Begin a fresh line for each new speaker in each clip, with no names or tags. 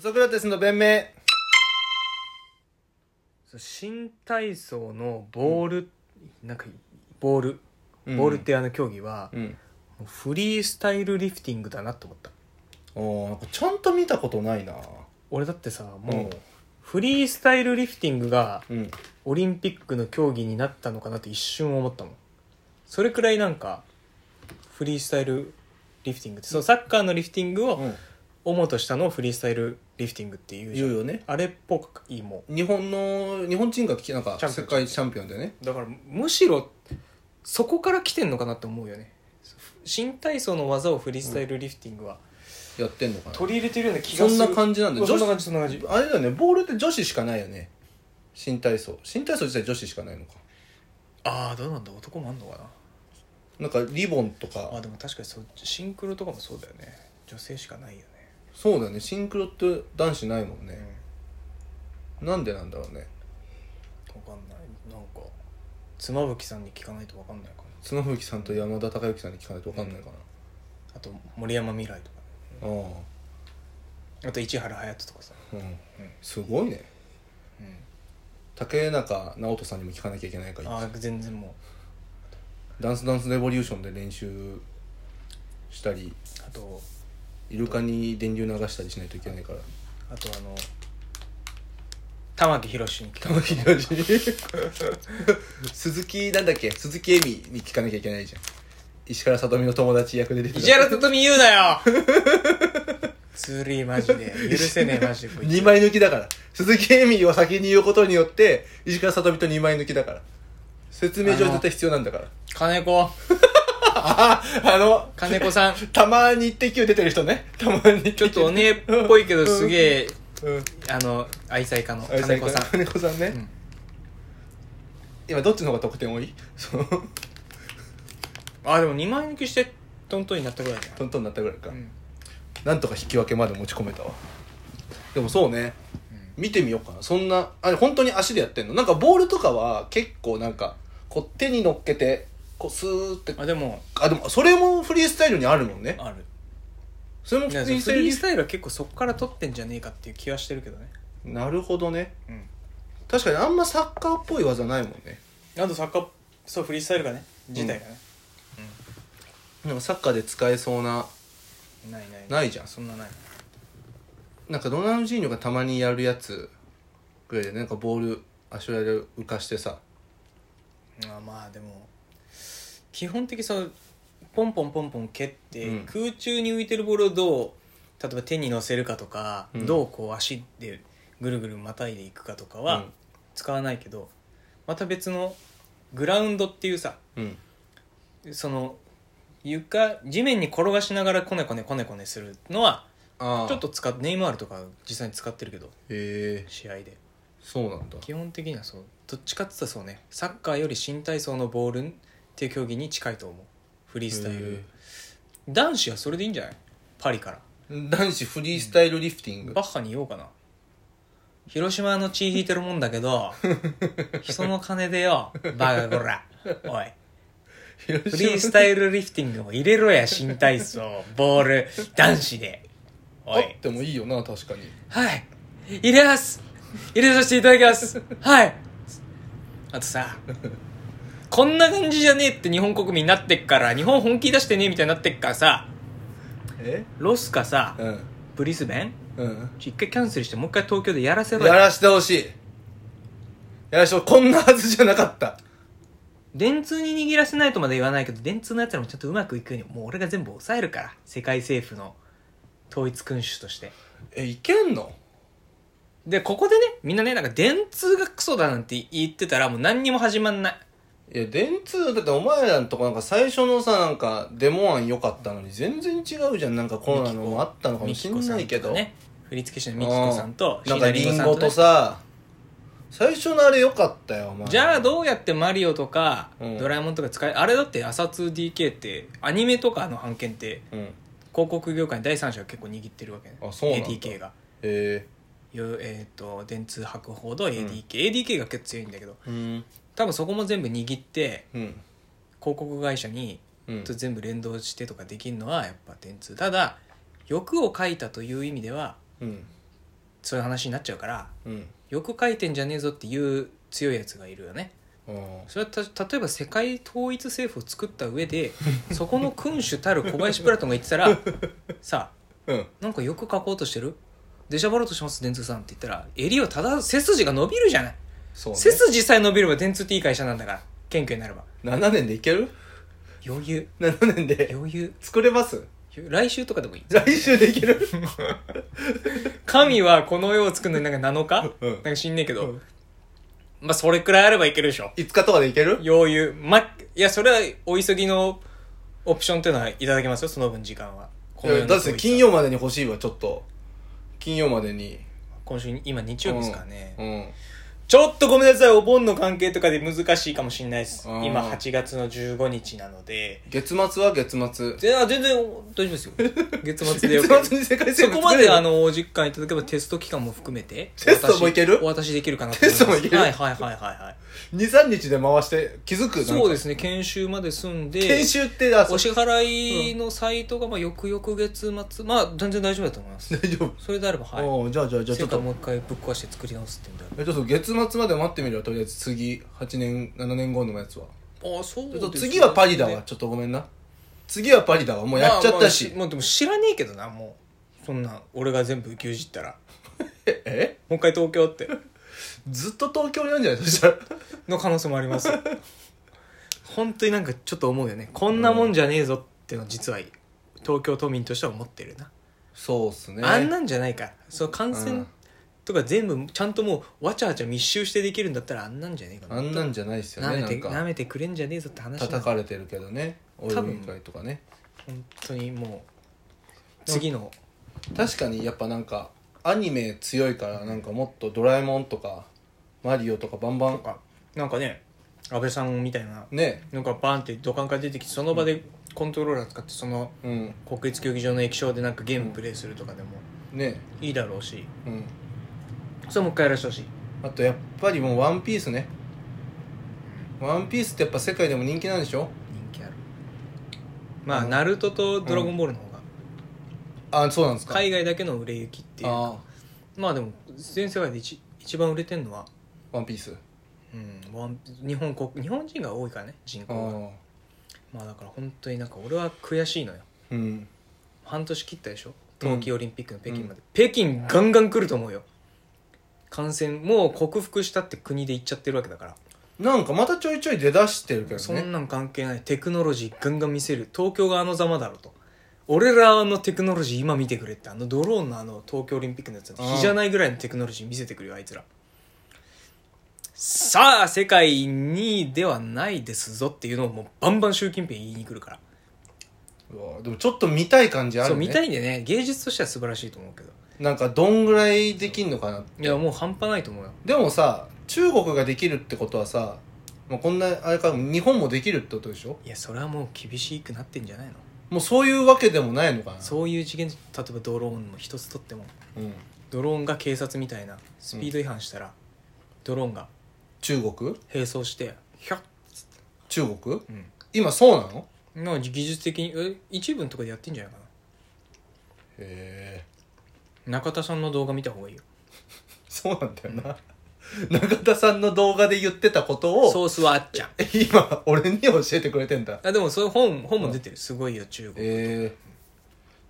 ソクラテスの弁明
そう新体操のボール、なんかボール
うん
ボールっていうあの競技は、
うん
フリースタイルリフティングだなと思った
おーなんかちゃんと見たことないな
俺だってさ
うん
もうフリースタイルリフティングが
うん
オリンピックの競技になったのかなって一瞬思ったもんそれくらいなんかフリースタイルリフティングってそのサッカーのリフティングを
うん
主としたのをフリースタイルリフティングっていうじゃ
言うんよね
あれっぽくいいもん
日本の日本人がなんか
チャンピオ
世
ン
界チャンピオンでね
だからむしろそこから来てんのかなって思うよね新体操の技をフリースタイルリフティングは
やってんのかな
取り入れてるような気
そ
がす
ん
る
な感じなんで
うんそ
女
んな
子
感じそんな感じ
あれだよねボールって女子しかないよね新体操新体操自体女子しかないのか
ああどうなんだ男もあんのか
なんかリボンとか
なあでも確かにそうシンクロとかもそうだよね女性しかないよね
そうだよねシンクロって男子ないもんね、なんでなんだろうね
分かんないなんか妻夫木さんに聞かないと分かんないかな
角吹さんと山田孝之さんに聞かないと分かんないか
あと森山未来とか
な、あ
あと市原隼人とかさ、
あうん、すごいね竹中直人さんにも聞かなきゃいけないから
ああ全然もう
ダンスダンスレボリューションで練習したり
あと
イルカに電流流したりしないといけないから
あとあの玉木宏に聞かない
玉木宏鈴木なんだっけ鈴木恵美に聞かなきゃいけないじゃん石原さとみの友達役で出て
石原さとみ言う なよツーリーマジで許せねえマジでこいつ
2枚抜きだから鈴木恵美を先に言うことによって石川さとみと2枚抜きだから説明書絶対必要なんだから
金子
あああの
金子さん
たまに「イッテ Q!」出てる人ねたまに
ちょっとお姉っぽいけどすげえ
うん
あの愛妻家の
あれ
金子さん
金子さんね、
うん
今どっちの方が得点多いその
あでも2枚抜きしてトントンになったぐらいだよ
トントンになったぐらいか、
ん
なんとか引き分けまで持ち込めたわでもそうね、見てみようかなそんなあれ本当に足でやってんのなんかボールとかは結構なんかこう手に乗っけてこうスーって
あでも
あでもそれもフリースタイルにあるもんね
ある
それも
いや
フ
そ
リ
う
ース
フ
タイル
リ
に
ースタイルは結構そこから取ってんじゃねえかっていう気はしてるけどね
なるほどね
うん
確かにあんまサッカーっぽい技ないもんね
あとサッカーそうフリースタイルがね自体がね、
なんかサッカーで使えそうな
ないない
ないじゃん
そんなない
なんかロナウジーニョがたまにやるやつぐらいでなんかボール足裏で浮かしてさ
まあまあでも基本的にそのポンポンポンポン蹴って、
うん
空中に浮いてるボールをどう例えば手に乗せるかとか、
うん
どうこう足でぐるぐるまたいでいくかとか
う
は
ん
使わないけど、また別のグラウンドっていうさ
うん
その床地面に転がしながらこねこねこねこねするのは
ああ
ちょっと使っネイマールとか実際に使ってるけど
へえ
試合で
そうなんだ
基本的にはそうどっちかって言ったらそうねサッカーより新体操のボールっていう競技に近いと思うフリースタイ
へ
ル男子はそれでいいんじゃないパリから
え男子フリースタイルリフティング、
バッハに言おうかな広島の血引いてるもんだけど人の金でよバカゴラおい
広
フ
島
リースタイルリフティングも入れろや新体操ボール男子でお
あ
い
ってもいいよな確かに
はい入れます入れさせていただきますはいあとさ、こんな感じじゃねえって日本国民になってっから、日本本気出してねえみたいになってっからさ、
え
ロスかさ、
うん
ブリスベン
うん
一回キャンセルしてもう一回東京でやらせろ
や
よ。
らしてほしいやらしてほしいこんなはずじゃなかった
電通に握らせないとまで言わないけど、電通のやつらもちゃんとうまくいくように、もう俺が全部抑えるから。世界政府の統一君主として。
えいけんの
で、ここでね、みんなね、なんか電通がクソだなんて言ってたらもう何にも始まんない。
いや電通だってお前らのとこなんか最初のさなんかデモ案良かったのに全然違うじゃんなんかコロナのもあったのかも
ミ
し
キ
ん
コさ
なんいけど、
とかね、振付師のミキコさんと
うんなん
椎
か
名林
リン
檎
ゴ
ん
と
ね
さ最初のあれ良かったよお前
じゃあどうやってマリオとか
うん
ドラえもんとか使え、あれだって朝 2DK ってアニメとかの版権って
うん
広告業界の第三者が結構握ってるわけね
あそうなんだ
ADK が
え
よえっ、と電通博報堂 ADK、ADK が結構強いんだけど
ー、うん
多分そこも全部握って
うん
広告会社に
うん
と全部連動してとかできるのはやっぱ電通ただ欲を書いたという意味では
うん
そういう話になっちゃうから
うん
よく書いてんじゃねえぞっていう強いやつがいるよね
うん
それはた例えば世界統一政府を作った 上でそこの君主たる小林プラトンが言ってたらさあ
うん
なんかよく書こうとしてる出しゃばろうとします電通さんって言ったら襟をただ背筋が伸びるじゃない、
そうね
背筋さえ伸びれば電通っていい会社なんだから謙虚になれば
7年でいける
余裕
?7 年で
余裕
作れます
来週とかでもいい
来週でいけ る
神はこの世を作るのになんか7日、
うん
なんか知んねえけど、
うん
まあそれくらいあればいけるでしょ
5日とかでいける
余裕まいやそれはお急ぎのオプションっていうのはいただけますよその分時間はこの世の
だって金曜までに欲しいわちょっと金曜までに
今週今日曜日ですからね、
うん
ちょっとごめんなさいお盆の関係とかで難しいかもしれないです
うん
今8月の15日なので
月末は月末
全然全然大丈夫ですよ月末でよ
月末に世界
そ
政府
こ
作
ま
れる
であのお時間いただけばテスト期間も含めて
テストもいける
お渡しお渡しできるかなと
テストもいける
はいはいはいはいはい
23日で回して気づくなんか
そうですね研修まで済んで
研修ってあそ
お
う
支払いのサイトがまあ翌々月末まあ全然大丈夫だと思います
大丈夫
それであればはい
おうじゃあじゃあじゃあち
世
ょっ
界
と
もう一回ぶっ壊して作り直すっていうんだ
えちょっと月末まで待ってみるよとりあえず次8年7年後のやつは
ああそう
ちょっと次はパリだわちょっとごめんな次はパリだわもうやっちゃったし、
まあまあ、もうでも知らねえけどなもうそんなん俺が全部牛耳ったらも
ええ
う一回東京 って
ずっと東京にあるんじゃないそしたら
の可能性もあります本当になんかちょっと思うよねこんなもんじゃねえぞっていうのは実は東京都民としては思ってるな、
そうっすね
あんなんじゃないかその感
う
染
ん
とか全部ちゃんともうわちゃわちゃ密集してできるんだったらあんなんじゃねえか
あんなんじゃないっすよねな
舐め
ん
て舐
か
めてくれんじゃねえぞって話
叩かれてるけどねお湯
多分
委員会とかね
本当にもう次の
確かにやっぱなんかアニメ強いからなんかもっと「ドラえもん」とか「マリオ」とかバンバ
なん
ン
かなんかね安倍さんみたいな
ね
なんかバンってドカンから出てきてその場でコントローラー使ってその
うん
国立競技場の液晶でなんかゲームプレイするとかでも
ね
いいだろうし
うん
それもう一回やらせてほしい
あとやっぱりもう「ワンピースね「ワンピースってやっぱ世界でも人気なんでしょ
人気あるまあ
うん
ナルトとドラゴンボールの方が
あそうなんですか
海外だけの売れ行きっていう
あ
まあでも全世界で一一番売れてるのは
ワンピース
うんワン日本国日本人が多いからね人
あ
口が
あ
まあだから本当になんか俺は悔しいのよ
うん
半年切ったでしょ冬季オリンピックの北京まで、北京ガンガン来ると思うよ感染もう克服したって国で行っちゃってるわけだから、
なんかまたちょいちょい出だしてるけど
そ
ね
んなん関係ないテクノロジーガンガン見せる東京があのざまだろと俺らのテクノロジー今見てくれってあのドローンのあの東京オリンピックのやつなんて
ああ
比じゃないぐらいのテクノロジー見せてくるよあいつらさあ世界2位ではないですぞっていうのをもうバンバン習近平言いに来るから
うわでもちょっと見たい感じあ
そう
る
見た
ね
いんでね芸術としては素晴らしいと思うけど
なんかどんぐらいできんのかなって
いやもう半端ないと思うよ
でもさ中国ができるってことはさ、まあ、こんなあれから日本もできるってことでしょ
いやそれはもう厳しくなってんじゃないの
もうそういうわけでもないのかな
そういう次元例えばドローンも一つ取っても
うん、
ドローンが警察みたいなスピード違反したら、ドローンが
中国
並走してひゃっ
中国
うん
今そうなの
まあ技術的にえ一部のとかでやってんじゃないか
へえ
な中田さんの動画見た方がいいよ
そうなんだよな、中田さんの動画で言ってたことを
ソースはあっちゃん
今俺に教えてくれてんだ
あでもそういう本本も出てるすごいよ中国
え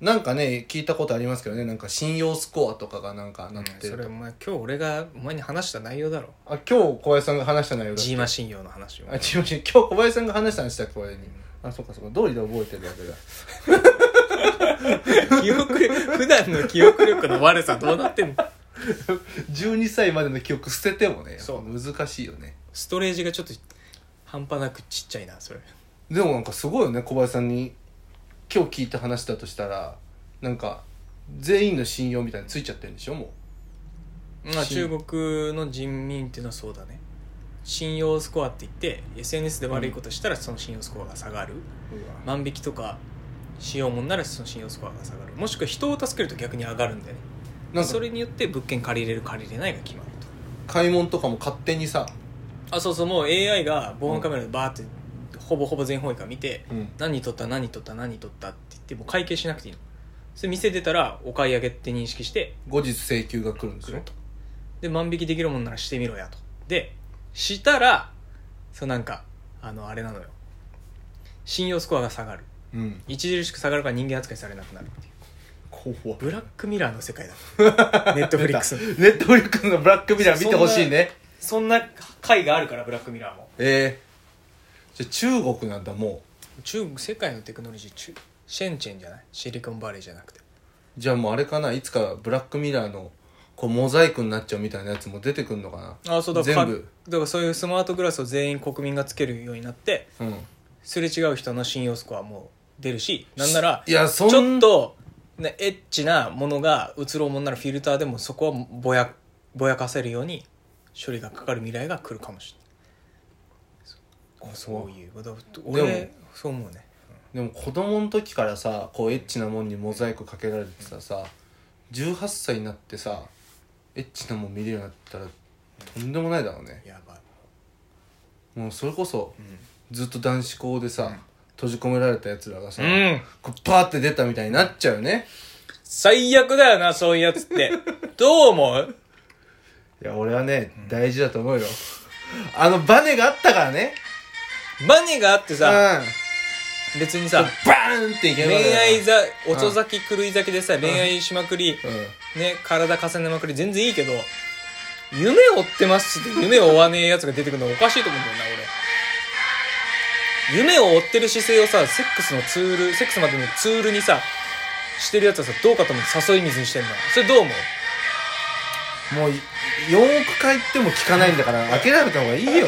えなんかね聞いたことありますけどねなんか信用スコアとかがなんかなっ
うん
て
そ
る
れ
と、
お前今日俺がお前に話した内容だろ
あ今日小林さんが話した内容だ
ジーマ信用の話を
あ、違う違う。今日小林さんが話したんでしたっけ、これに。あ、そうかそうか。通りで覚えてるわけ だ。
記憶力 普段の記憶力の悪さどうなってんの
12歳までの記憶捨ててもね、
そう
難しいよね。
ストレージがちょっと半端なくちっちゃいなそれ
でもなんかすごいよね、小林さんに。今日聞いた話だとしたら、なんか、全員の信用みたいについちゃってるんでしょ、もう。
まあ、
し
中国の人民っていうのはそうだね信用スコアって言って SNS で悪いことしたらその信用スコアが下がる、万引きとかしようもんならその信用スコアが下がるもしくは人を助けると逆に上がるんだよね
なん
そ
か、
れによって物件借りれる借りれないが決まる
買い物とかも勝手にさ、
とあそうそうもう AI が防犯カメラでバーってほぼほぼ全方位から見て、
うん
何撮った何撮った何撮ったって言ってもう会計しなくていいのそれ店出たらお買い上げって認識して
後日請求が来るんですよ
で万引きできるもんならしてみろやとでしたらそうなんかあのあれなのよ信用スコアが下がる
うん
著しく下がるから人間扱いされなくなるっていう
怖
ブラックミラーの世界 だネットフリックスの
ネットフリックスのブラックミラー見てほしいね
そんな回があるからブラックミラーも
ええじゃあ中国なんだも
中国世界のテクノロジー中シェンチェンじゃないシリコンバレーじゃなくて
うじゃあもうあれかないつかブラックミラーのこうモザイクになっちゃうみたいなやつも出てくんのかな
あそうだ
全
か
部
だからそういうスマートグラスを全員国民がつけるようになって
うん
すれ違う人の信用スコアも出るしなんなら
いやそん
ちょっと、ね、エッチなものが映ろうもんならフィルターでもそこはぼやぼやかせるように処理がかかる未来が来るかもしれないそういうだから
でも
俺そう思うね
でも子供の時からさこうエッチなもんにモザイクかけられてたさ18歳になってさエッチなもん見るようになったらとんでもないだろうね
やばい、
もうそれこそ
うん
ずっと男子校でさ、閉じ込められたやつらがさ、
うん
こうパーって出たみたいになっちゃうね
最悪だよなそういうやつって どう思う
いや俺はね、大事だと思うよあのバネがあったからね
バネがあって
うん
さ別にさ
バーンっていけ
恋
るわけだから
愛ざ遅咲き狂い咲きでさ恋愛しまくり、
うん
ね、体重ねまくり全然いいけど、夢追ってますって夢追わねえやつが出てくるのおかしいと思うんだよな、俺。夢を追ってる姿勢をさ、セックスのツール、セックスまでのツールにさ、してるやつはさ、どうかと思って誘い水にしてんだそれどう思う
もう4億回行っても効かないんだから諦めた方がいいよ